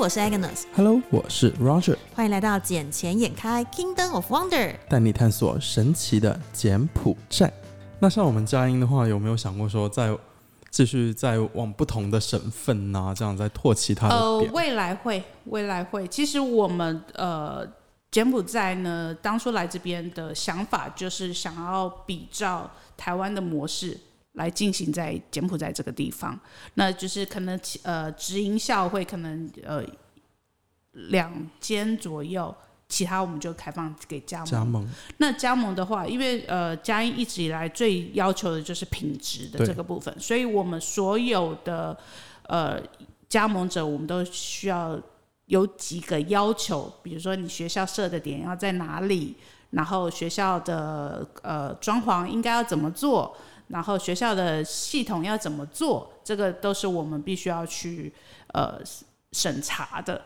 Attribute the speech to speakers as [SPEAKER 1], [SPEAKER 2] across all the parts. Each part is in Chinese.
[SPEAKER 1] 我是 Agnes，
[SPEAKER 2] Hello，我是 Roger，
[SPEAKER 1] 欢迎来到《捡钱眼开 Kingdom of Wonder》。
[SPEAKER 2] 带你探索神奇的柬埔寨。那像我们佳音的话，有没有想过说再继续再往不同的省份呐、这样再拓其他
[SPEAKER 3] 呃
[SPEAKER 2] 的，点？
[SPEAKER 3] 未来会，未来会。其实我们呃，柬埔寨呢，当初来这边的想法就是想要比照台湾的模式来进行在柬埔寨这个地方，那就是可能其呃，直营校会可能呃两间左右，其他我们就开放给加盟。
[SPEAKER 2] 加盟
[SPEAKER 3] 那加盟的话，因为呃，嘉音一直以来最要求的就是品质的
[SPEAKER 2] 对
[SPEAKER 3] 这个部分，所以我们所有的呃加盟者，我们都需要有几个要求，比如说你学校设的点要在哪里，然后学校的呃装潢应该要怎么做，然后学校的系统要怎么做，这个都是我们必须要去呃审查的。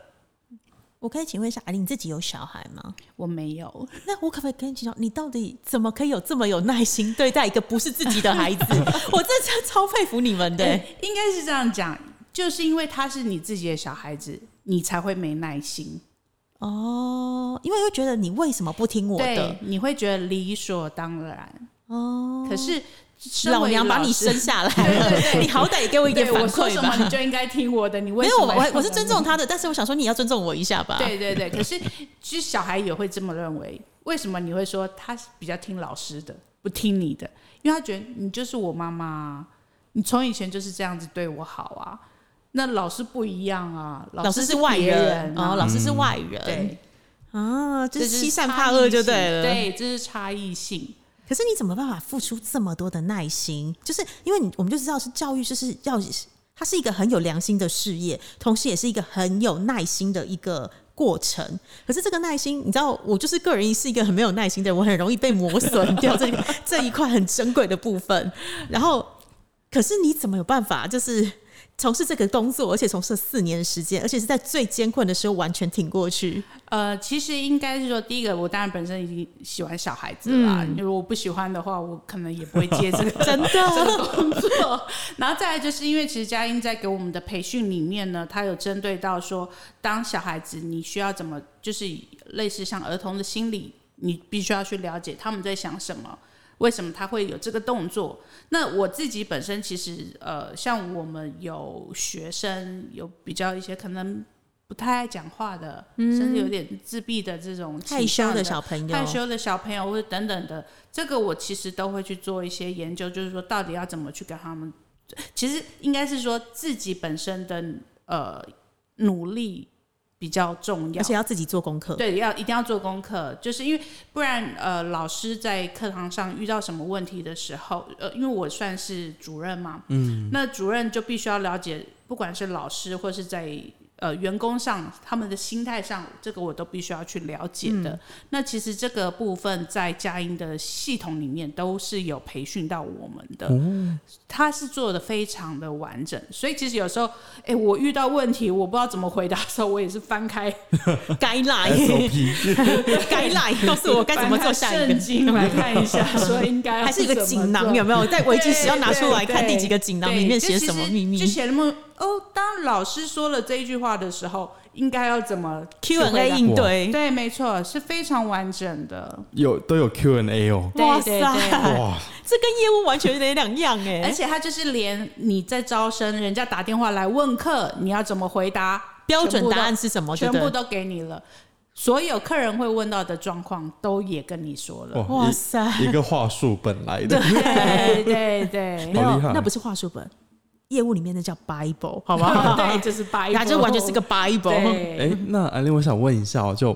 [SPEAKER 1] 我可以请问一下，艾琳，你自己有小孩吗？
[SPEAKER 3] 我没有，
[SPEAKER 1] 那我可不可以跟你请教，你到底怎么可以有这么有耐心对待一个不是自己的孩 子？我真的超佩服你们的、
[SPEAKER 3] 对，应该是这样讲，就是因为他是你自己的小孩子，你才会没耐心，
[SPEAKER 1] 哦，因为会觉得你为什么不听我
[SPEAKER 3] 对
[SPEAKER 1] 的？，
[SPEAKER 3] 你会觉得理所当然。
[SPEAKER 1] 哦，
[SPEAKER 3] 可是身为
[SPEAKER 1] 老娘把你
[SPEAKER 3] 师
[SPEAKER 1] 生，下来
[SPEAKER 3] 对
[SPEAKER 1] 了，
[SPEAKER 3] 对对
[SPEAKER 1] 你好歹也给我一点
[SPEAKER 3] 对
[SPEAKER 1] 反
[SPEAKER 3] 我说
[SPEAKER 1] 馈
[SPEAKER 3] 什么你
[SPEAKER 1] 吧。
[SPEAKER 3] 就应该听我的，你 为
[SPEAKER 1] 没
[SPEAKER 3] 什
[SPEAKER 1] 有，我
[SPEAKER 3] 么
[SPEAKER 1] 我
[SPEAKER 3] 要
[SPEAKER 1] 我是尊重他的，但是我想说你要尊重我一下吧。
[SPEAKER 3] 对对对，可是其实小孩也会这么认为。为什么你会说他是比较听老师的，不听你的？因为他觉得你就是我妈妈啊，你从以前就是这样子对我好啊。那老师不一样啊，
[SPEAKER 1] 老师
[SPEAKER 3] 师
[SPEAKER 1] 是外
[SPEAKER 3] 别人,、啊
[SPEAKER 1] 人，哦，老师是外人，
[SPEAKER 3] 对，
[SPEAKER 1] 啊，就是欺善
[SPEAKER 3] 差
[SPEAKER 1] 怕
[SPEAKER 3] 异
[SPEAKER 1] 恶就
[SPEAKER 3] 性
[SPEAKER 1] 对了。
[SPEAKER 3] 对，这是差异性。
[SPEAKER 1] 可是你怎么办法付出这么多的耐心？就是因为你我们就知道是教育，就是要它是一个很有良心的事业，同时也是一个很有耐心的一个。过程，可是这个耐心，你知道，我就是个人是一个很没有耐心的人，我很容易被磨损掉这个 这一块很珍贵的部分。然后，可是你怎么有办法，就是呃从事这个工作，而且从事了四年的时间，而且是在最艰困的时候完全挺过去？
[SPEAKER 3] 呃，其实应该是说，第一个，我当然本身已经喜欢小孩子啦。
[SPEAKER 1] 嗯
[SPEAKER 3] 如果我不喜欢的话，我可能也不会接这个
[SPEAKER 1] 真的
[SPEAKER 3] 这个工作。然后再来，就是因为其实佳音在给我们的培训里面呢，他有针对到说，当小孩子你需要怎么，就是类似像儿童的心理，你必须要去了解他们在想什么。为什么他会有这个动作？那我自己本身其实呃，像我们有学生有比较一些可能不太爱讲话的，甚至有点自闭的这种
[SPEAKER 1] 害
[SPEAKER 3] 倾
[SPEAKER 1] 羞
[SPEAKER 3] 向
[SPEAKER 1] 的小朋友，
[SPEAKER 3] 害羞的小朋友或者等等的，这个我其实都会去做一些研究，就是说到底要怎么去跟他们，其实应该是说自己本身的呃努力比较重要
[SPEAKER 1] 而且。要自己做功课。
[SPEAKER 3] 对，要一定要做功课，就是因为不然，呃，老师在课堂上遇到什么问题的时候，呃，因为我算是主任嘛，嗯，那主任就必须要了解，不管是老师或是在呃员工上，他们的心态上，这个我都必须要去了解的。那其实这个部分在佳音的系统里面都是有培训到我们的，他是做的非常的完整，所以其实有时候，哎、我遇到问题我不知道怎么回答的时候，我也是翻开。
[SPEAKER 1] 该来
[SPEAKER 2] SOP
[SPEAKER 1] 该来， 告诉我该怎么做下一
[SPEAKER 3] 翻看圣
[SPEAKER 1] 个。
[SPEAKER 3] 经来看一下，说应该要
[SPEAKER 1] 还是有个
[SPEAKER 3] 怎么
[SPEAKER 1] 锦囊
[SPEAKER 3] 做
[SPEAKER 1] 有没有？在危机时要拿出来
[SPEAKER 3] 对对
[SPEAKER 1] 看第几个锦囊
[SPEAKER 3] 对
[SPEAKER 1] 里面
[SPEAKER 3] 就
[SPEAKER 1] 写
[SPEAKER 3] 其
[SPEAKER 1] 什么
[SPEAKER 3] 实
[SPEAKER 1] 秘密
[SPEAKER 3] 就写了么哦。当老师说了这一句话的时候，应该要怎么去回答
[SPEAKER 1] ？Q&A 应对，
[SPEAKER 3] 对，没错，是非常完整的。
[SPEAKER 2] 有都有 Q&A 哦，
[SPEAKER 1] 哇
[SPEAKER 3] 哇
[SPEAKER 1] 塞
[SPEAKER 3] 塞，
[SPEAKER 2] 哇，
[SPEAKER 1] 这跟业务完全有点两样
[SPEAKER 3] 而
[SPEAKER 1] 哎。
[SPEAKER 3] 且他就是连你在招生，人家打电话来问课，你要怎么回答，
[SPEAKER 1] 标准答案
[SPEAKER 3] 全部
[SPEAKER 1] 是什么？对
[SPEAKER 3] 都全
[SPEAKER 1] 不
[SPEAKER 3] 部
[SPEAKER 1] 对？
[SPEAKER 3] 都给你了。所有客人会问到的状况，都也跟你说了。
[SPEAKER 2] 哇
[SPEAKER 1] 哇塞
[SPEAKER 2] 一一个话术本来的，
[SPEAKER 3] 对对 对，
[SPEAKER 1] 没有
[SPEAKER 2] 好厉，害
[SPEAKER 1] 那不是话术本，业务里面那叫 Bible，好不 好？
[SPEAKER 3] 对，就是白，
[SPEAKER 1] 它就完全是个 Bible。
[SPEAKER 3] 对，
[SPEAKER 2] 哎、那安利，我想问一下哦，就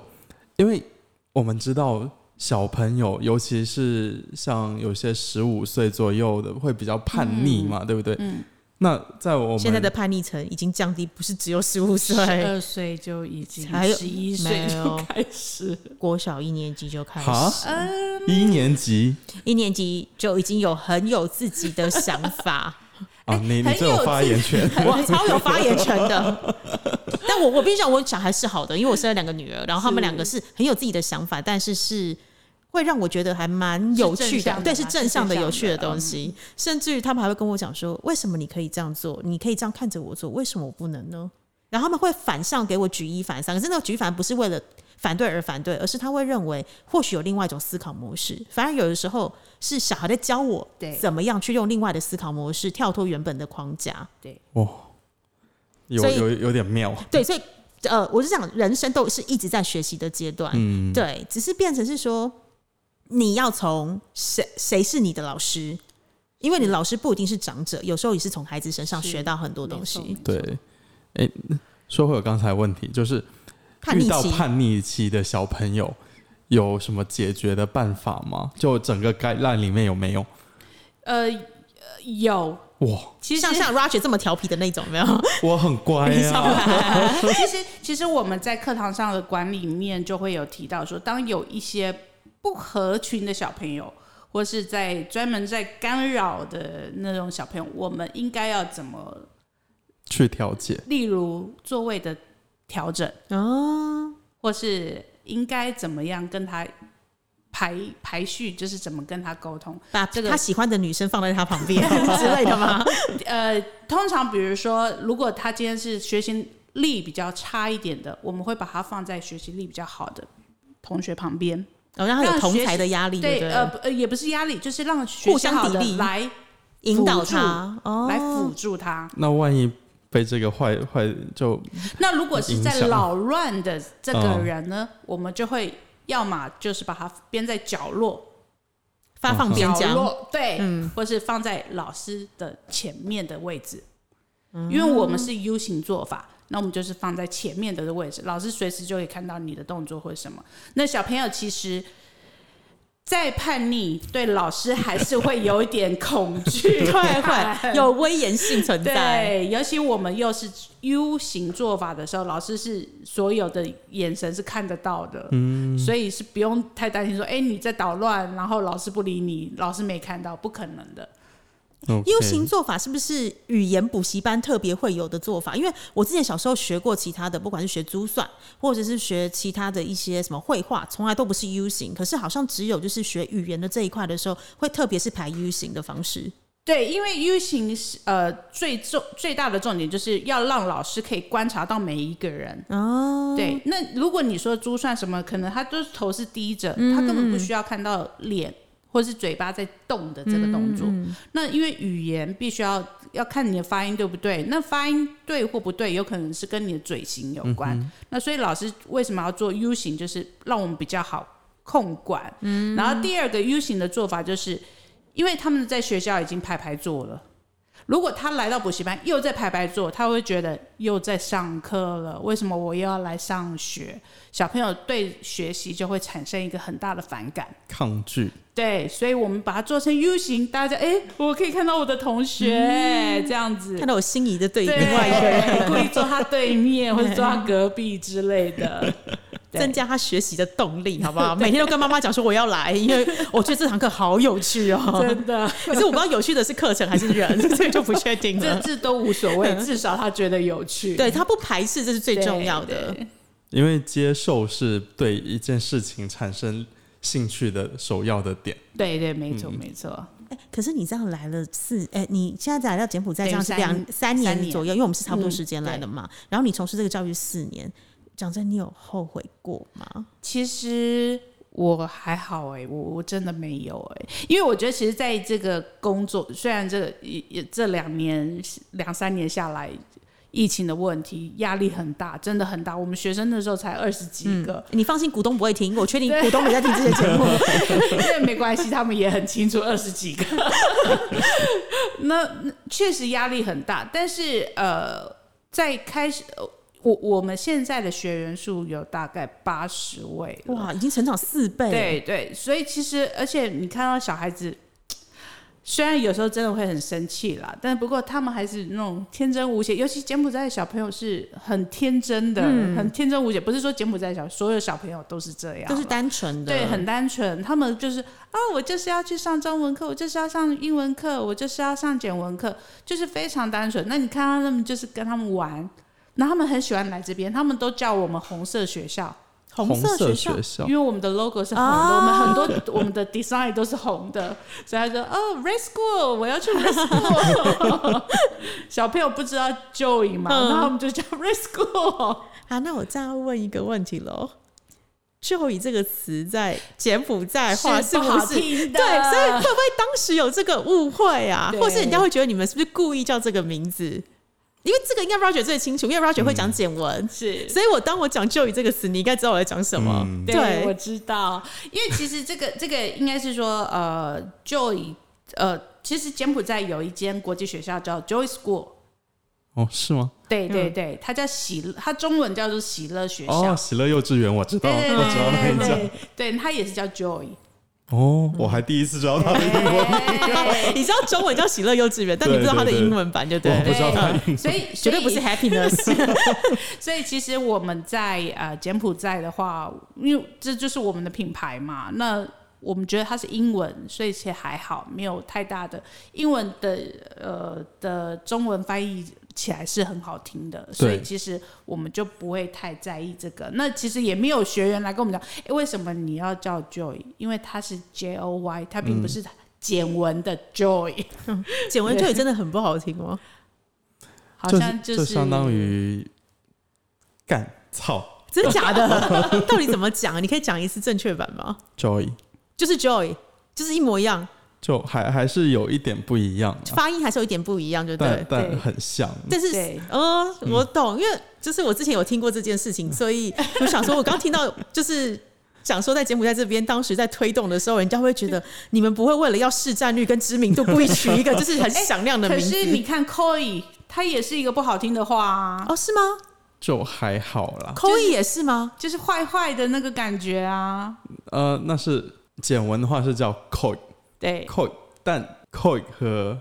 [SPEAKER 2] 因为我们知道小朋友，尤其是像有些十五岁左右的，会比较叛逆嘛，对不对？
[SPEAKER 3] 嗯
[SPEAKER 2] 那在我们
[SPEAKER 1] 现在的叛逆层已经降低，不是只有十五
[SPEAKER 3] 十
[SPEAKER 1] 岁，
[SPEAKER 3] 二岁就已经
[SPEAKER 1] 才有
[SPEAKER 3] 十一岁
[SPEAKER 1] 没有
[SPEAKER 3] 就开始，
[SPEAKER 1] 国小一年级就开
[SPEAKER 2] 哈
[SPEAKER 1] 始。
[SPEAKER 2] 一年级
[SPEAKER 1] 一年级就已经有很有自己的想法，哎
[SPEAKER 2] 啊，你你
[SPEAKER 3] 很
[SPEAKER 2] 最有
[SPEAKER 3] 有
[SPEAKER 2] 发
[SPEAKER 3] 自
[SPEAKER 2] 言权
[SPEAKER 1] 我超有发言权 的。但我我必须讲，我小孩是好的，因为我生了两个女儿，然后他们两个是很有自己的想法，但是是会让我觉得还蛮有趣
[SPEAKER 3] 是正向
[SPEAKER 1] 的，
[SPEAKER 3] 的吧
[SPEAKER 1] 对，是正向的、
[SPEAKER 3] 是正向的嗯
[SPEAKER 1] 有趣的东西。甚至于他们还会跟我讲说，为什么你可以这样做？你可以这样看着我做，为什么我不能呢？然后他们会反向给我举一反三，可是那个举反不是为了反对而反对，而是他会认为或许有另外一种思考模式。反而有的时候是小孩在教我
[SPEAKER 3] 对
[SPEAKER 1] 怎么样去用另外的思考模式跳脱原本的框架。
[SPEAKER 2] 有
[SPEAKER 1] 所以
[SPEAKER 2] 有有点妙，
[SPEAKER 1] 对，所以呃，我是讲人生都是一直在学习的阶段，
[SPEAKER 2] 嗯，
[SPEAKER 1] 对，只是变成是说你要从谁谁是你的老师，因为你老师不一定是长者，有时候也是从孩子身上
[SPEAKER 3] 是
[SPEAKER 1] 学到很多东
[SPEAKER 3] 没
[SPEAKER 1] 西。
[SPEAKER 3] 错
[SPEAKER 2] 对，哎、说回我刚才的问题，就是
[SPEAKER 1] 叛
[SPEAKER 2] 遇
[SPEAKER 1] 逆
[SPEAKER 2] 到
[SPEAKER 1] 期，
[SPEAKER 2] 叛逆期的小朋友有什么解决的办法吗？就整个概烂里面有没有？
[SPEAKER 3] 呃呃有，
[SPEAKER 2] 哇，
[SPEAKER 3] 其实
[SPEAKER 1] 像 像 Roger 这么调皮的那种，有没有？
[SPEAKER 2] 我很 乖啊，
[SPEAKER 3] 其实，其实我们在课堂上的管理面就会有提到说，当有一些不合群的小朋友，或是在专门在干扰的那种小朋友，我们应该要怎么？
[SPEAKER 2] 去调解，
[SPEAKER 3] 例如座位的调整，
[SPEAKER 1] 哦，
[SPEAKER 3] 或是应该怎么样跟他排排序，就是怎么跟他沟通。
[SPEAKER 1] 把
[SPEAKER 3] 这个
[SPEAKER 1] 他喜欢的女生放在他旁边 之类的吗？
[SPEAKER 3] 呃，通常比如说，如果他今天是学习力比较差一点的，我们会把他放在学习力比较好的同学旁边。
[SPEAKER 1] 然后哦让他有
[SPEAKER 3] 让
[SPEAKER 1] 同
[SPEAKER 3] 学
[SPEAKER 1] 才的压力，对不
[SPEAKER 3] 对，
[SPEAKER 1] 对
[SPEAKER 3] 呃，不呃，也不是压力，就是让学
[SPEAKER 1] 互
[SPEAKER 3] 习
[SPEAKER 1] 相
[SPEAKER 3] 好的
[SPEAKER 1] 砥砺
[SPEAKER 3] 来
[SPEAKER 1] 引导
[SPEAKER 3] 辅助
[SPEAKER 1] 他哦，
[SPEAKER 3] 来辅助他。
[SPEAKER 2] 那万一被这个坏坏就
[SPEAKER 3] 那如果是在
[SPEAKER 2] 影响
[SPEAKER 3] 扰乱的这个
[SPEAKER 1] 哦
[SPEAKER 2] 嗯
[SPEAKER 3] 人呢，我们就会要么就是把他编在角落，
[SPEAKER 1] 发
[SPEAKER 2] 哦
[SPEAKER 1] 放边嗯
[SPEAKER 3] 角
[SPEAKER 1] 疆，
[SPEAKER 3] 落对，或是放在老师的前面的位置，因为我们是
[SPEAKER 1] 嗯
[SPEAKER 3] U 型做法。那我们就是放在前面的位置，老师随时就可以看到你的动作或什么。那小朋友其实再叛逆，对老师还是会有一点 恐惧，
[SPEAKER 1] 对， 会有威严性存在。
[SPEAKER 3] 对，尤其我们又是 U 型做法的时候，老师是所有的眼神是看得到的，
[SPEAKER 1] 嗯
[SPEAKER 3] 所以是不用太担心说，哎、你在捣乱，然后老师不理你，老师没看到，不可能的。
[SPEAKER 1] U
[SPEAKER 2] OK
[SPEAKER 1] 型做法是不是语言补习班特别会有的做法？因为我之前小时候学过其他的，不管是学珠算，或者是学其他的一些什么绘画，从来都不是 U 型。可是好像只有就是学语言的这一块的时候，会特别是排 U 型的方式。
[SPEAKER 3] 对，因为 U 型是呃最重最大的重点就是要让老师可以观察到每一个人。
[SPEAKER 1] 哦，
[SPEAKER 3] 对，那如果你说珠算什么，可能他就是头是低着，他根本不需要看到脸或是嘴巴在动的这个动作。那因为语言必须要要看你的发音对不对，那发音对或不对，有可能是跟你的嘴型有关。那所以老师为什么要做 U 型，就是让我们比较好控管。然后第二个 U 型的做法就是，因为他们在学校已经排排坐了。如果他来到补习班又在排排坐，他会觉得又在上课了，为什么我又要来上学？小朋友对学习就会产生一个很大的反感。
[SPEAKER 2] 抗拒，
[SPEAKER 3] 对，所以我们把它做成 U 型，大家哎、诶我可以看到我的同学、 这样子
[SPEAKER 1] 看，到我心仪的对
[SPEAKER 3] 对，
[SPEAKER 1] 另外一个人，
[SPEAKER 3] 故意坐他对面或者坐他隔壁之类 的，对
[SPEAKER 1] 增加他学习的动力，好不好？每天都跟妈妈讲说我要来，因为我觉得这堂课好有趣哦。
[SPEAKER 3] 真的，
[SPEAKER 1] 可是我不知道有趣的是课程还是人，所以就不确定
[SPEAKER 3] 这
[SPEAKER 1] 了。
[SPEAKER 3] 这都无所 谓，至少他觉得有趣。
[SPEAKER 1] 对他不排斥，这是最
[SPEAKER 3] 对，
[SPEAKER 1] 重要的。
[SPEAKER 3] 对
[SPEAKER 2] 因为接受是对一件事情产生兴趣的首要的点。
[SPEAKER 3] 对对，没错没错，
[SPEAKER 1] 哎可是你这样来了四，哎、你现在来到柬埔寨这样是
[SPEAKER 3] 等于
[SPEAKER 1] 两
[SPEAKER 3] 三
[SPEAKER 1] 三
[SPEAKER 3] 三
[SPEAKER 1] 年
[SPEAKER 3] 年
[SPEAKER 1] 左右，因为我们是差不多
[SPEAKER 3] 嗯
[SPEAKER 1] 时间来的嘛。然后你从事这个教育四年，讲真，你有后悔过吗？
[SPEAKER 3] 其实我还好哎、我我真的没有哎、因为我觉得其实在这个工作，虽然这个也也这两年两三年下来，疫情的问题压力很大，真的很大。我们学生那时候才二十几个，
[SPEAKER 1] 嗯你放心，股东不会听，我确 定
[SPEAKER 3] 对
[SPEAKER 1] 股东没在听这些节 目。
[SPEAKER 3] 这没关系，他们也很清楚二十几个。 那那确实压力很大，但是呃，在开始。呃我我们现在的学员数有大概八十位了，
[SPEAKER 1] 哇，已经成长四倍，，
[SPEAKER 3] 对对，所以其实而且你看到小孩子，虽然有时候真的会很生气啦，但不过他们还是那种天真无邪，尤其柬埔寨的小朋友是很天真的，很天真无邪。不是说柬埔寨小所有小朋友都是这样啦，
[SPEAKER 1] 嗯都是单纯的，
[SPEAKER 3] 对，很单纯。他们就是啊，我就是要去上中文课，我就是要上英文课，我就是要上简文课，就是非常单纯。那你看到他们就是跟他们玩，然后他们很喜欢来这边，他们都叫我们红色学校。
[SPEAKER 1] 红色学校
[SPEAKER 2] 学校
[SPEAKER 3] 因为我们的 logo 是红的，
[SPEAKER 1] 啊
[SPEAKER 3] 我们很多我们的 design 都是红的，所以他说哦，red school，我要去 red school。小 朋友不知道 join 嘛，
[SPEAKER 1] 嗯
[SPEAKER 3] 然后我们就叫 red school。
[SPEAKER 1] 啊，那我再要问一个问题喽。就以这个词在柬埔寨话
[SPEAKER 3] 是
[SPEAKER 1] 是
[SPEAKER 3] 不好
[SPEAKER 1] 是？
[SPEAKER 3] 听的
[SPEAKER 1] 对，所以会不会当时有这个误会啊？
[SPEAKER 3] 对
[SPEAKER 1] 或是人家会觉得你们是不是故意叫这个名字？因为这个应该 Roger 最清楚，因为 Roger 会讲简文，
[SPEAKER 3] 是
[SPEAKER 1] 所以我当我讲就以这个词，你应该知道我在讲什么。
[SPEAKER 2] 嗯
[SPEAKER 3] 对， 我知道，因为其实这个这个应该是说，呃，Joy，呃，其实柬埔寨有一间国际学校叫 Joy School，
[SPEAKER 2] 哦，是吗？
[SPEAKER 3] 对对对，它叫喜乐，它中文叫做喜乐学校，
[SPEAKER 2] 哦，喜乐幼稚园，我知道，
[SPEAKER 3] 对对
[SPEAKER 2] 我知道那
[SPEAKER 3] 对
[SPEAKER 2] 一
[SPEAKER 3] 对
[SPEAKER 2] 家。
[SPEAKER 3] 对，对它也是叫 Joy，
[SPEAKER 2] 哦，我还第一次知道他的英文，
[SPEAKER 3] 对
[SPEAKER 1] 你知道中文叫喜乐幼稚园，但你不知道它的英文版，就对
[SPEAKER 2] 我
[SPEAKER 1] 了，
[SPEAKER 2] 不知道他的 英文。
[SPEAKER 3] 所以
[SPEAKER 1] 绝对不是 happiness。
[SPEAKER 3] 所以其实我们在呃柬埔寨的话，因为这就是我们的品牌嘛，那我们觉得它是英文，所以其实还好，没有太大的英文的呃的中文翻译起来是很好听的，所以其实我们就不会太在意这个。那其实也没有学员来跟我们讲，哎、为什么你要叫 Joy？因为它是 J O Y，它并不
[SPEAKER 2] 嗯
[SPEAKER 3] 是简文的 Joy，、
[SPEAKER 1] 简文就也真的很不好听 哦。
[SPEAKER 3] 好
[SPEAKER 2] 就
[SPEAKER 3] 像
[SPEAKER 2] 就是相当于干操
[SPEAKER 1] 真的假的？ 到底怎么讲？你可以讲一次正确版吗？
[SPEAKER 2] Joy，
[SPEAKER 1] 就是 Joy，就是一模一样，
[SPEAKER 2] 就还还是有一点不一样、啊，
[SPEAKER 1] 发音还是有一点不一样，就对
[SPEAKER 2] 但
[SPEAKER 1] 了。
[SPEAKER 2] 但
[SPEAKER 3] 对
[SPEAKER 2] 很像。
[SPEAKER 1] 但是
[SPEAKER 3] 对，
[SPEAKER 1] 嗯，我懂，因为就是我之前有听过这件事情，所以我想说，我刚听到就是。想说在柬埔寨这边，当时在推动的时候，人家会觉得你们不会为了要市占率跟知名度，故意取一个就是很响亮的
[SPEAKER 3] 哎可
[SPEAKER 1] 名字、
[SPEAKER 3] 是你看 Koi，它也是一个不好听的话啊。
[SPEAKER 1] 哦？是吗？
[SPEAKER 2] 就还好啦。
[SPEAKER 1] 扣一也是吗？
[SPEAKER 3] 就是坏坏的那个感觉啊。
[SPEAKER 2] 呃，那是简文的话是叫 Koi
[SPEAKER 3] 对，
[SPEAKER 2] Koi，但 Koi 和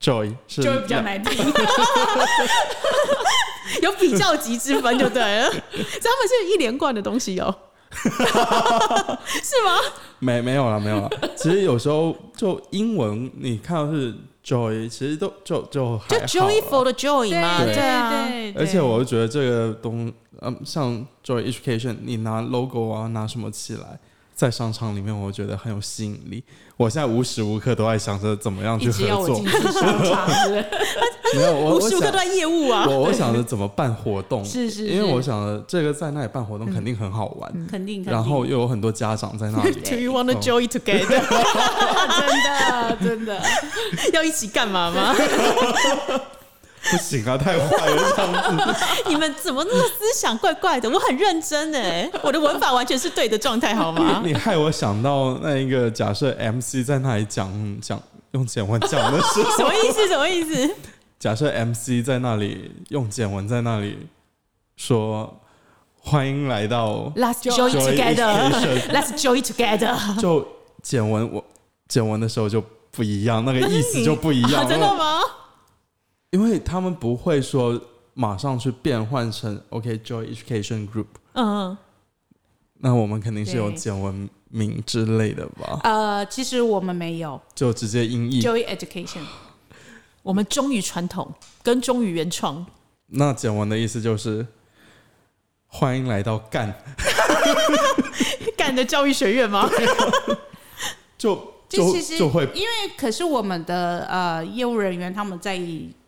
[SPEAKER 2] Joy 是
[SPEAKER 3] 就会比较
[SPEAKER 2] 两
[SPEAKER 3] 难听。
[SPEAKER 1] 有比较级之分就对了，所以他们是一连贯的东西哦，是
[SPEAKER 2] 啊
[SPEAKER 1] 吗？
[SPEAKER 2] 没没有了，没有 了。其实有时候就英文你看到是 joy，其实都就就还
[SPEAKER 1] 就
[SPEAKER 2] 好
[SPEAKER 1] joyful
[SPEAKER 2] 啦。
[SPEAKER 1] 的 joy 嘛，
[SPEAKER 2] 对
[SPEAKER 1] 啊，
[SPEAKER 3] 对
[SPEAKER 2] 而且我就觉得这个东，嗯，像 joy education，你拿 logo 啊，拿什么起来，在商场里面，我觉得很有吸引力。我现在无时无刻都在想着怎么样去
[SPEAKER 3] 一直要
[SPEAKER 2] 合
[SPEAKER 3] 我
[SPEAKER 2] 作
[SPEAKER 3] 进，去商场，
[SPEAKER 2] 没有我
[SPEAKER 1] 无
[SPEAKER 2] 我
[SPEAKER 1] 时无刻
[SPEAKER 2] 想
[SPEAKER 1] 都在业务啊，
[SPEAKER 2] 我我想着怎么办活动，
[SPEAKER 3] 是是
[SPEAKER 2] 因为
[SPEAKER 3] 是
[SPEAKER 2] 我想着这个在那里办活动肯定很好玩，
[SPEAKER 3] 肯定。肯定
[SPEAKER 2] 然后又有很多家长在 那
[SPEAKER 1] Do
[SPEAKER 2] 里，嗯
[SPEAKER 1] you want to joy together？
[SPEAKER 3] 啊真的真的，
[SPEAKER 1] 要一起干嘛吗？
[SPEAKER 2] 不行啊，太坏了这样子。
[SPEAKER 1] 你们怎么那么思想怪怪的？我很认真哎，我的文法完全是对的状态，好 吗？
[SPEAKER 2] 你害我想到那一个假设 MC 在那里讲讲用简文讲的事，
[SPEAKER 1] 什么意思？什么意思？
[SPEAKER 2] 假设 MC 在那里用简文在那里说欢迎来到
[SPEAKER 1] Let's
[SPEAKER 3] Joy
[SPEAKER 1] joy together.
[SPEAKER 2] Education
[SPEAKER 1] Let's joy together.
[SPEAKER 2] 就简文我简文的时候就不一样，那个意思就不一
[SPEAKER 1] 啊
[SPEAKER 2] 样，
[SPEAKER 1] 真的吗？
[SPEAKER 2] 因为他们不会说马上去变换成 OK Joy Education Group，
[SPEAKER 1] 嗯，
[SPEAKER 2] 那我们肯定是有
[SPEAKER 3] 对
[SPEAKER 2] 简文名之类的吧，
[SPEAKER 3] 呃，其实我们没有
[SPEAKER 2] 就直接音译。
[SPEAKER 3] Joy Education，
[SPEAKER 1] 我们忠于传统，跟忠于原创。
[SPEAKER 2] 那简文的意思就是欢迎来到干。
[SPEAKER 1] 干的教育学院吗？
[SPEAKER 2] 就
[SPEAKER 3] 就
[SPEAKER 2] 就
[SPEAKER 3] 其实
[SPEAKER 2] 就会
[SPEAKER 3] 因为可是我们的呃业务人员他们在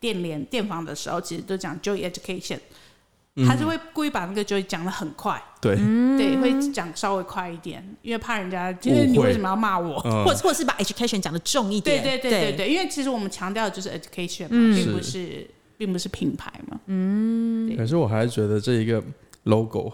[SPEAKER 3] 电联电访的时候，其实都讲 Joy Education，他
[SPEAKER 2] 嗯
[SPEAKER 3] 就会故意把那个 Joy 讲的很快，
[SPEAKER 2] 对，
[SPEAKER 3] 对，会讲稍微快一点，因为怕人家，因为
[SPEAKER 2] 误
[SPEAKER 3] 你
[SPEAKER 2] 会
[SPEAKER 3] 为什么要骂我？
[SPEAKER 2] 嗯
[SPEAKER 1] 或者或者是把 education 讲的重一
[SPEAKER 3] 对
[SPEAKER 1] 点？
[SPEAKER 3] 对对对嗯对，因为其实我们强调的就是 education，嘛、并不是并不是品牌嘛。
[SPEAKER 2] 可是我还是觉得这一个 logo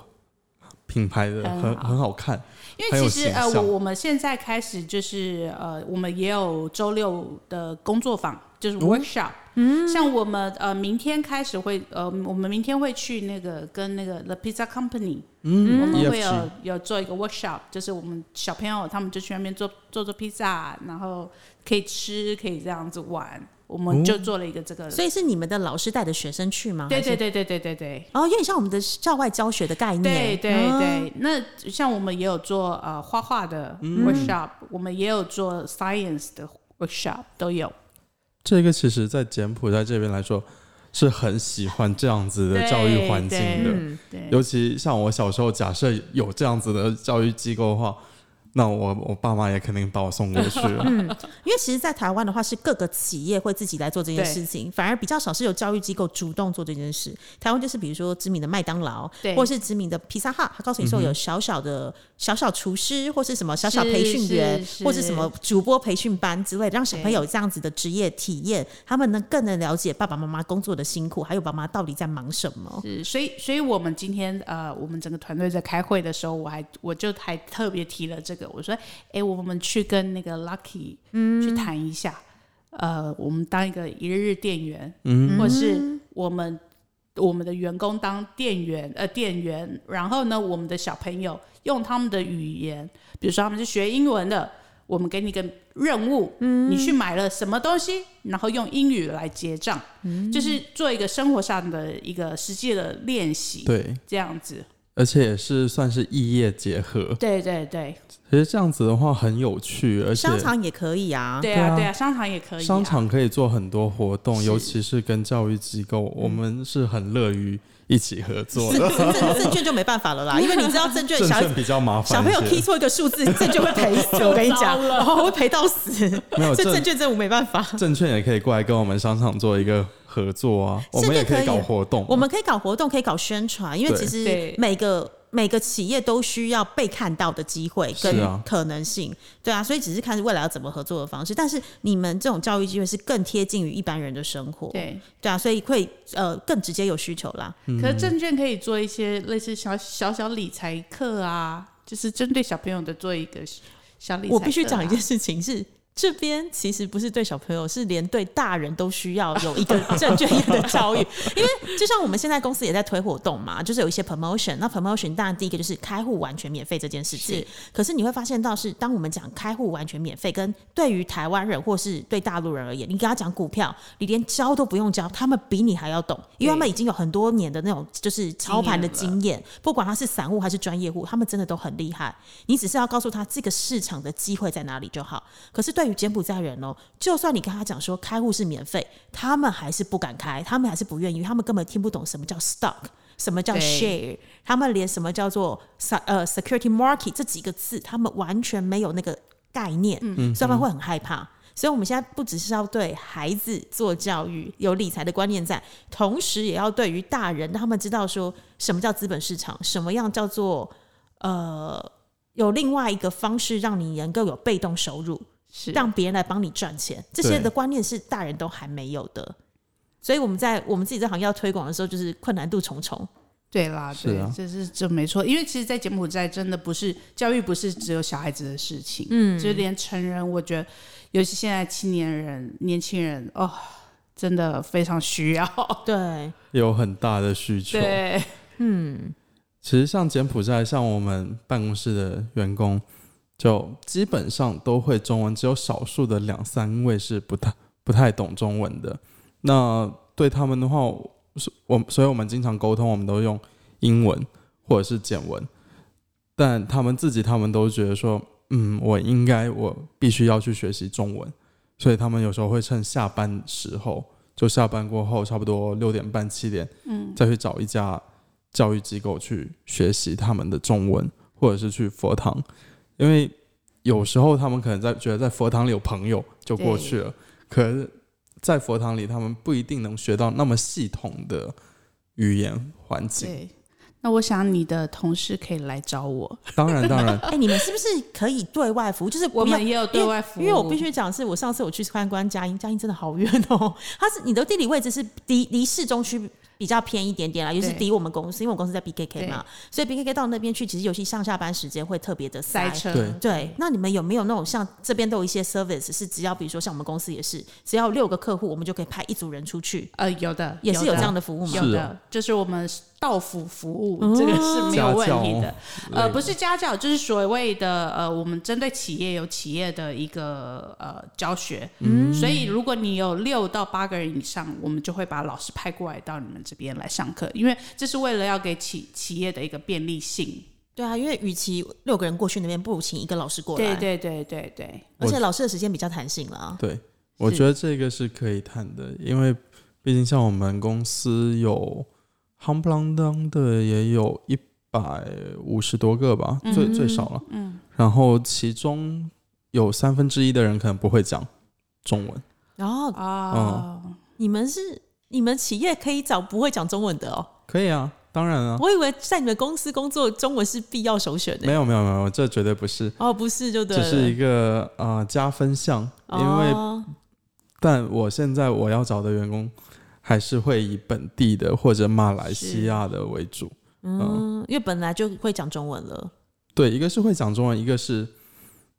[SPEAKER 2] 品牌的
[SPEAKER 3] 很
[SPEAKER 2] 很
[SPEAKER 3] 好
[SPEAKER 2] 很好看，
[SPEAKER 3] 因
[SPEAKER 2] 很
[SPEAKER 3] 为
[SPEAKER 2] 有
[SPEAKER 3] 其实
[SPEAKER 2] 形
[SPEAKER 3] 呃，我
[SPEAKER 2] 象
[SPEAKER 3] 我们现在开始就是呃，我们也有周六的工作坊，就是
[SPEAKER 2] 哦
[SPEAKER 3] workshop。嗯，像我们呃，明天开始会呃，我们明天会去那个跟那个 The Pizza Company，
[SPEAKER 2] 嗯
[SPEAKER 3] 我们
[SPEAKER 2] EFG
[SPEAKER 3] 会有有做一个 workshop，就是我们小朋友他们就去那边做做做披萨，然后可以吃，可以这样子玩。我们就做了一个这个，
[SPEAKER 1] 所以是你们的老师带着学生去吗？
[SPEAKER 3] 哦对对
[SPEAKER 1] 还是。
[SPEAKER 3] 对对对对对。
[SPEAKER 1] 哦，有点像我们的校外教学的概念。
[SPEAKER 3] 对对
[SPEAKER 1] 嗯
[SPEAKER 3] 对，那像我们也有做呃画画的 workshop，、我们也有做 science 的 workshop 都有。
[SPEAKER 2] 这个其实在柬埔寨这边来说，是很喜欢这样子的教育环境的。
[SPEAKER 1] 嗯，
[SPEAKER 3] 对，
[SPEAKER 2] 尤其像我小时候，假设有这样子的教育机构的话，那我我爸妈也肯定把我送过去 了。
[SPEAKER 3] 嗯
[SPEAKER 1] 因为其实，在台湾的话，是各个企业会自己来做这件
[SPEAKER 3] 对
[SPEAKER 1] 事情，反而比较少是有教育机构主动做这件事。台湾就是比如说知名的麦当劳，
[SPEAKER 3] 对嗯
[SPEAKER 1] 或是知名的披萨哈，他告诉你说有小小的、小小厨师，或是什么小小
[SPEAKER 3] 是
[SPEAKER 1] 培训员，
[SPEAKER 3] 是是
[SPEAKER 1] 或是什么主播培训班之类，让小朋友这样子的职业体验，他们能更能了解爸爸妈妈工作的辛苦，还有爸妈到底在忙什么。
[SPEAKER 3] 是，所以，所以我们今天呃，我们整个团队在开会的时候，我还我就还特别提了这个，我说，哎，我们去跟那个 Lucky 去谈一下，呃，我们当一个一日店员，嗯，或是我们我们的员工当店员，呃，店员，然后呢，我们的小朋友用他们的语言，比如说他们是学英文的。我们给你个任务，你去买了什么东西，然后用英语来结账，就是做一个生活上的一个实际的练习，
[SPEAKER 2] 对，
[SPEAKER 3] 这样子。
[SPEAKER 2] 而且也是算是异业结合。
[SPEAKER 3] 对对对，
[SPEAKER 2] 其实这样子的话很有趣，而且
[SPEAKER 1] 商场也可以啊，
[SPEAKER 3] 对
[SPEAKER 2] 对
[SPEAKER 3] 啊
[SPEAKER 2] 啊
[SPEAKER 3] 对啊，商场也可以、啊，
[SPEAKER 2] 商场可以做很多活动，
[SPEAKER 3] 是
[SPEAKER 2] 尤其是跟教育机构，
[SPEAKER 1] 嗯
[SPEAKER 2] 我们是很乐于一起合作的。
[SPEAKER 1] 证证券就没办法了啦，因为你知道 证券
[SPEAKER 2] 证
[SPEAKER 1] 小
[SPEAKER 2] 券比较麻
[SPEAKER 1] 小
[SPEAKER 2] 烦
[SPEAKER 1] 朋友
[SPEAKER 2] 一
[SPEAKER 1] 踢
[SPEAKER 2] 些，
[SPEAKER 1] 错一个数字，证券会赔 死。我跟你讲，
[SPEAKER 3] 糟了
[SPEAKER 1] 然后会赔到死。
[SPEAKER 2] 没有
[SPEAKER 1] 所以
[SPEAKER 2] 证
[SPEAKER 1] 证券真我没办法。
[SPEAKER 2] 证券也可以过来跟我们商场做一个合作啊，我们也可以搞活动。啊
[SPEAKER 1] 我们可以搞活动，可以搞宣传，因为
[SPEAKER 2] 对
[SPEAKER 1] 其实
[SPEAKER 3] 对
[SPEAKER 1] 每个每个企业都需要被看到的机会
[SPEAKER 2] 是
[SPEAKER 1] 跟
[SPEAKER 2] 啊
[SPEAKER 1] 可能性，对啊，所以只是看未来要怎么合作的方式。但是你们这种教育机会是更贴近于一般人的生活，
[SPEAKER 3] 对。
[SPEAKER 1] 对啊，所以会呃更直接有需求啦。
[SPEAKER 3] 可是证券可以做一些类似小小小理财课啊，就是针对小朋友的做一个小理财、啊
[SPEAKER 1] 我必须讲一件，事情是。这边其实不是对小朋友，是连对大人都需要有 一个证券业的教育。因为就像我们现在公司也在推活动嘛，就是有一些 promotion。那 promotion 当然第一个就是开户完全免费这件事情
[SPEAKER 3] 是。
[SPEAKER 1] 可是你会发现到是，当我们讲开户完全免费，跟对于台湾人或是对大陆人而言，你跟他讲股票，你连教都不用教，他们比你还要懂，因为他们已经有很多年的那种就是操盘的
[SPEAKER 3] 经验了
[SPEAKER 1] 经验，不管他是散户还是专业户，他们真的都很厉害。你只是要告诉他这个市场的机会在哪里就好。可是对于柬埔寨人哦，就算你跟他讲说开户是免费，他们还是不敢开，他们还是不愿意，他们根本听不懂什么叫 stock。什么叫
[SPEAKER 3] 对
[SPEAKER 1] share？他们连什么叫做 se- 呃 security market 这几个字，他们完全没有那个概念，所以他们会很害怕。所以，我们现在不只是要对孩子做教育，有理财的观念在，同时也要对于大人，让他们知道说什么叫资本市场，什么样叫做呃，有另外一个方式让你能够有被动收入，
[SPEAKER 3] 是
[SPEAKER 1] 让别人来帮你赚钱，这些
[SPEAKER 2] 对
[SPEAKER 1] 的观念是大人都还没有的。所以我们在我们自己这行业要推广的时候，就是困难度重重。
[SPEAKER 3] 对啦，
[SPEAKER 2] 是
[SPEAKER 3] 对，
[SPEAKER 2] 啊
[SPEAKER 3] 这是这没错。因为其实，在柬埔寨真的不是教育，不是只有小孩子的事情，嗯，就连成人，我觉得，尤其现在青年人、年轻人，哦，真的非常需要。
[SPEAKER 1] 对，
[SPEAKER 2] 有很大的需求。
[SPEAKER 3] 对，
[SPEAKER 1] 嗯，
[SPEAKER 2] 其实像柬埔寨，像我们办公室的员工，就基本上都会中文，只有少数的两三位是不太不太懂中文的。那对他们的话，我我所以我们经常沟通，我们都用英文或者是简文，但他们自己他们都觉得说，嗯，我应该我必须要去学习中文，所以他们有时候会趁下班时候，就下班过后差不多六点半七点，
[SPEAKER 3] 嗯，
[SPEAKER 2] 再去找一家教育机构去学习他们的中文，或者是去佛堂，因为有时候他们可能在觉得在佛堂里有朋友就过去了，可是，在佛堂里他们不一定能学到那么系统的语言环境。
[SPEAKER 3] 对。那我想你的同事可以来找我，
[SPEAKER 2] 当然，当然，
[SPEAKER 1] 哎、你们是不是可以对外服务？就是
[SPEAKER 3] 我
[SPEAKER 1] 不要
[SPEAKER 3] 们也有对外服务，
[SPEAKER 1] 因为我必须讲，是我上次我去参观嘉音，嘉音真的好远哦。它是你的地理位置是离离市中区比较偏一点点啦，尤其是
[SPEAKER 3] 对
[SPEAKER 1] 离我们公司，因为我公司在 BKK 嘛，所以 BKK 到那边去，其实尤其上下班时间会特别的塞
[SPEAKER 3] 塞。车，
[SPEAKER 2] 对
[SPEAKER 1] 对，那你们有没有那种像这边都有一些 service 是只要比如说像我们公司也是，只要六个客户，我们就可以派一组人出去，
[SPEAKER 3] 呃，有的
[SPEAKER 1] 也是有
[SPEAKER 3] 有
[SPEAKER 1] 这
[SPEAKER 3] 的
[SPEAKER 1] 样的服务吗？
[SPEAKER 3] 有
[SPEAKER 2] 是
[SPEAKER 3] 的
[SPEAKER 2] 哦，
[SPEAKER 3] 就是啊我们到府服务，
[SPEAKER 1] 哦
[SPEAKER 3] 这个是没有问题的。
[SPEAKER 2] 家教
[SPEAKER 3] 呃，不是家教，就是所谓的呃，我们针对企业有企业的一个呃教学。嗯，所以如果你有六到八个人以上，我们就会把老师派过来到你们这边来上课，因为这是为了要给企企业的一个便利性。
[SPEAKER 1] 对啊，因为与其六个人过去那边，不如请一个老师过来，
[SPEAKER 3] 对对对对对，
[SPEAKER 1] 而且老师的时间比较弹性了啊。
[SPEAKER 2] 对，我觉得这个是可以谈的，因为毕竟像我们公司有夯不啷当的也有一百五十多个吧，最最少了。
[SPEAKER 3] 嗯，
[SPEAKER 2] 然后其中有三分之一的人可能不会讲中文，
[SPEAKER 1] 然后
[SPEAKER 3] 哦，
[SPEAKER 1] 你们是你们企业可以找不会讲中文的哦，
[SPEAKER 2] 可以啊，当然啊，
[SPEAKER 1] 我以为在你们公司工作中文是必要首选
[SPEAKER 2] 没
[SPEAKER 1] 的。
[SPEAKER 2] 有没有没有，这绝对不是，
[SPEAKER 1] 哦，不是就对
[SPEAKER 2] 只
[SPEAKER 1] 了，
[SPEAKER 2] 是一个呃加分项，因为
[SPEAKER 1] 哦
[SPEAKER 2] 但我现在我要找的员工还是会以本地的或者马来西亚的为主。
[SPEAKER 1] 嗯，因为本来就会讲中文了，
[SPEAKER 2] 对，一个是会讲中文，一个是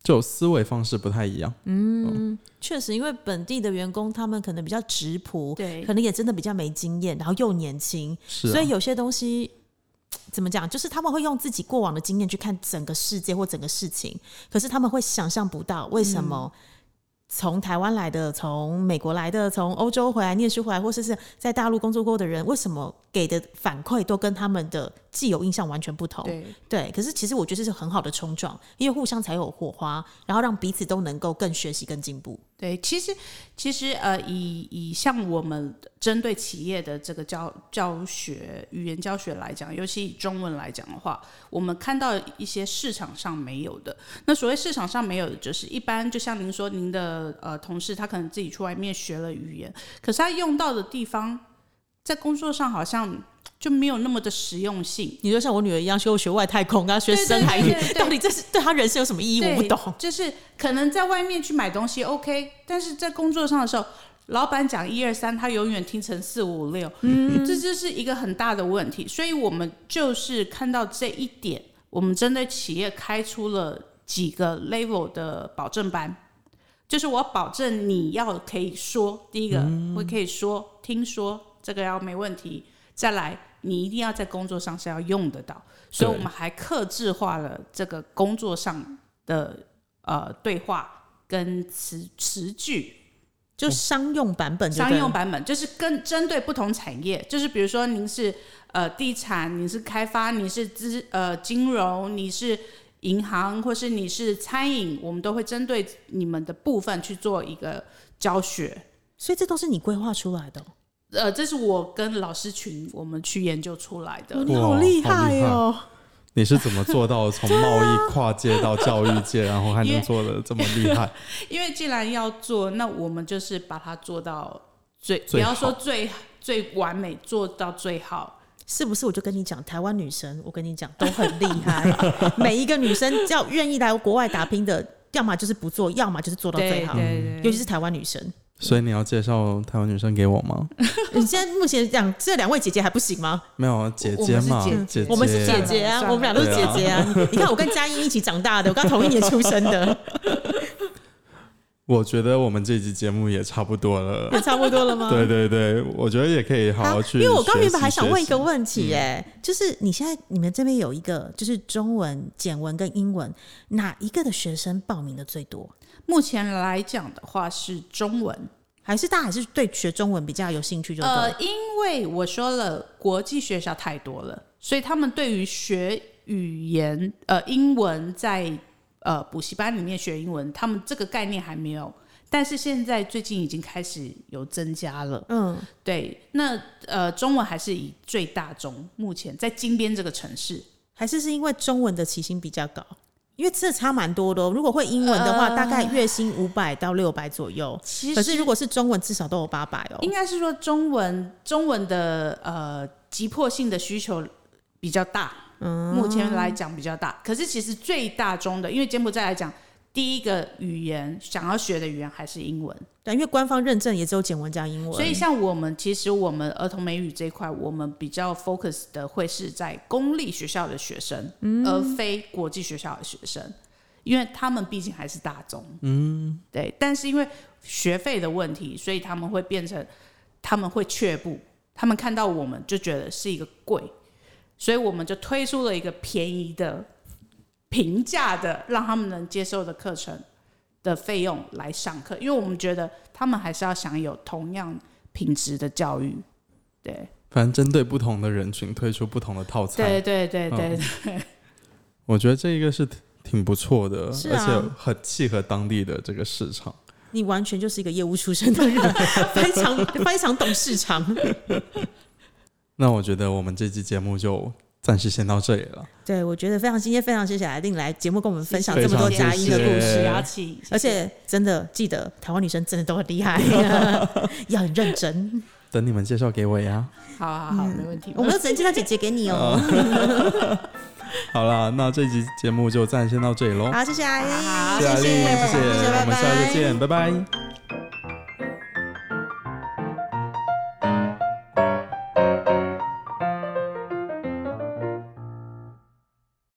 [SPEAKER 2] 就思维方式不太一样。
[SPEAKER 1] 嗯，确实，因为本地的员工他们可能比较直朴，
[SPEAKER 3] 对
[SPEAKER 1] 可能也真的比较没经验，然后又年轻，
[SPEAKER 2] 是、啊，
[SPEAKER 1] 所以有些东西。怎么讲？就是他们会用自己过往的经验去看整个世界或整个事情，可是他们会想象不到为什么从台湾来的、从美国来的、从欧洲回来念书回来，或者是在大陆工作过的人，为什么给的反馈都跟他们的既有印象完全不同？
[SPEAKER 3] 对，
[SPEAKER 1] 对，可是其实我觉得这是很好的冲撞，因为互相才有火花，然后让彼此都能够更学习、更进步。
[SPEAKER 3] 对，其实其实呃，以以像我们针对企业的这个教教学语言教学来讲，尤其以中文来讲的话，我们看到一些市场上没有的。那所谓市场上没有的，就是一般就像您说，您的呃同事他可能自己去外面学了语言，可是他用到的地方，在工作上好像就没有那么的实用性。
[SPEAKER 1] 你就像我女儿一样，学学外太空啊，学
[SPEAKER 3] 对对
[SPEAKER 1] 深海
[SPEAKER 3] 对
[SPEAKER 1] 语
[SPEAKER 3] 对，对
[SPEAKER 1] 到底这是对她人生有什么意义？
[SPEAKER 3] 对，
[SPEAKER 1] 我不
[SPEAKER 2] 嗯
[SPEAKER 1] 懂。
[SPEAKER 3] 就是可能在外面去买东西 OK，但是在工作上的时候，老板讲一二三，他永远听成四五六，嗯，这就是一个很大的问题。所以我们就是看到这一点，我们针对企业开出了几个 level 的保证班。就是我保证你要可以说，第一个我可以说，听说这个要没问题。再来，你一定要在工作上是要用得到，所以我
[SPEAKER 2] 对
[SPEAKER 3] 们还克制化了这个工作上的呃对话跟词词句。
[SPEAKER 1] 就商用版本就对了，
[SPEAKER 3] 商用版本就是跟针对不同产业，就是比如说您是呃地产，你是开发，你是资呃金融，你是银行，或是你是餐饮，我们都会针对你们的部分去做一个教学。
[SPEAKER 1] 所以这都是你规划出来的哦、
[SPEAKER 3] 呃，这是我跟老师群我们去研究出来
[SPEAKER 1] 嗯
[SPEAKER 3] 的。
[SPEAKER 2] 哇好厉害
[SPEAKER 1] 哦！
[SPEAKER 2] 你是怎么做到从贸易跨界到教育界，然后还
[SPEAKER 3] 因为
[SPEAKER 2] 能做的这么厉 害？
[SPEAKER 3] 因为既然要做，那我们就是把它做到最，
[SPEAKER 2] 最
[SPEAKER 3] 不要说
[SPEAKER 2] 好
[SPEAKER 3] 最最完美，做到最好。
[SPEAKER 1] 是不是？我就跟你讲，台湾女生，我跟你讲都很厉 害，啊每一个女生只要愿意来国外打拼的，要么就是不做，要么就是做到最
[SPEAKER 3] 对
[SPEAKER 1] 好。
[SPEAKER 3] 对
[SPEAKER 1] 尤
[SPEAKER 3] 对，
[SPEAKER 1] 其是台湾女生，
[SPEAKER 2] 所以你要介绍台湾女生给我吗？
[SPEAKER 1] 你现在目前讲这两位姐姐还不行吗？
[SPEAKER 2] 没有，啊姐
[SPEAKER 3] 我
[SPEAKER 2] 姐
[SPEAKER 3] 们是
[SPEAKER 2] 嘛，
[SPEAKER 3] 姐
[SPEAKER 2] 姐姐，
[SPEAKER 1] 我们是姐姐啊，
[SPEAKER 3] 算
[SPEAKER 1] 我
[SPEAKER 3] 了
[SPEAKER 1] 们俩都是姐姐啊。你看，我跟佳音一起长大的，我跟她同一年出生的，
[SPEAKER 2] 我觉得我们这集节目也差不多了。
[SPEAKER 1] 也差不多了吗？
[SPEAKER 2] 对对对，我觉得也可以好好去学习。
[SPEAKER 1] 因为我刚原本还想问一个
[SPEAKER 2] 学习，嗯
[SPEAKER 1] 问题、哎、就是你现在你们这边有一个，就是中文、简文跟英文，哪一个的学生报名的最多？
[SPEAKER 3] 目前来讲的话是中文。
[SPEAKER 1] 还是大家还是对学中文比较有兴趣就对了？
[SPEAKER 3] 呃，因为我说了，国际学校太多了，所以他们对于学语言，呃，英文在呃补习班里面学英文，他们这个概念还没有。但是现在最近已经开始有增加了，
[SPEAKER 1] 嗯，
[SPEAKER 3] 对，那呃，中文还是以最大宗，目前在金边这个城市，
[SPEAKER 1] 还是是因为中文的起薪比较高？因为这差蛮多的、哦，如果会英文的话，大概月薪五百到六百左右。
[SPEAKER 3] 呃其
[SPEAKER 1] 可
[SPEAKER 3] 实
[SPEAKER 1] 是如果是中文，至少都有八百哦。
[SPEAKER 3] 应该是说中文中文的呃急迫性的需求比较大，
[SPEAKER 1] 嗯
[SPEAKER 3] 目前来讲比较大。可是其实最大宗的，因为柬埔寨来讲，第一个语言想要学的语言还是英文，
[SPEAKER 1] 对，因为官方认证也只有简文加英文，
[SPEAKER 3] 所以像我们其实我们儿童美语这一块，我们比较 focus 的会是在公立学校的学生，而非国际学校的学生，因为他们毕竟还是大众，嗯，对。但是因为学费的问题，所以他们会变成他们会却步，他们看到我们就觉得是一个贵，所以我们就推出了一个便宜的、平价的，让他们能接受的课程。的费用来上课，因为我们觉得他们还是要享有同样品质的教育。对，
[SPEAKER 2] 反正针对不同的人群推出不同的套餐。
[SPEAKER 3] 对，对，对，对，
[SPEAKER 2] 我觉得这一个是挺挺不错的，
[SPEAKER 1] 是啊
[SPEAKER 2] 而且很契合当地的这个市场。
[SPEAKER 1] 你完全就是一个业务出身的人， 非常非常懂市场。
[SPEAKER 2] 那我觉得我们这期节目就暂时先到这里了。
[SPEAKER 1] 对，我觉得非常今天非常谢谢来定来节目跟我们分享
[SPEAKER 2] 非
[SPEAKER 1] 这么多
[SPEAKER 2] 常
[SPEAKER 1] 佳
[SPEAKER 2] 谢
[SPEAKER 1] 音的故
[SPEAKER 2] 谢
[SPEAKER 1] 事，
[SPEAKER 3] 是邀请，
[SPEAKER 1] 而且真的记得台湾女生真的都很 厉害，要很认真。
[SPEAKER 2] 等你们介绍给我呀。啊
[SPEAKER 3] 好好好，没问题。
[SPEAKER 1] 我们都只能介绍姐姐给你哦。
[SPEAKER 2] 好啦，那这期节目就暂时先到这里喽。
[SPEAKER 1] 好，谢谢阿姨，
[SPEAKER 3] 好
[SPEAKER 2] 谢谢阿丽，
[SPEAKER 1] 谢
[SPEAKER 2] 谢
[SPEAKER 1] 谢
[SPEAKER 2] 谢，我们下次见，拜拜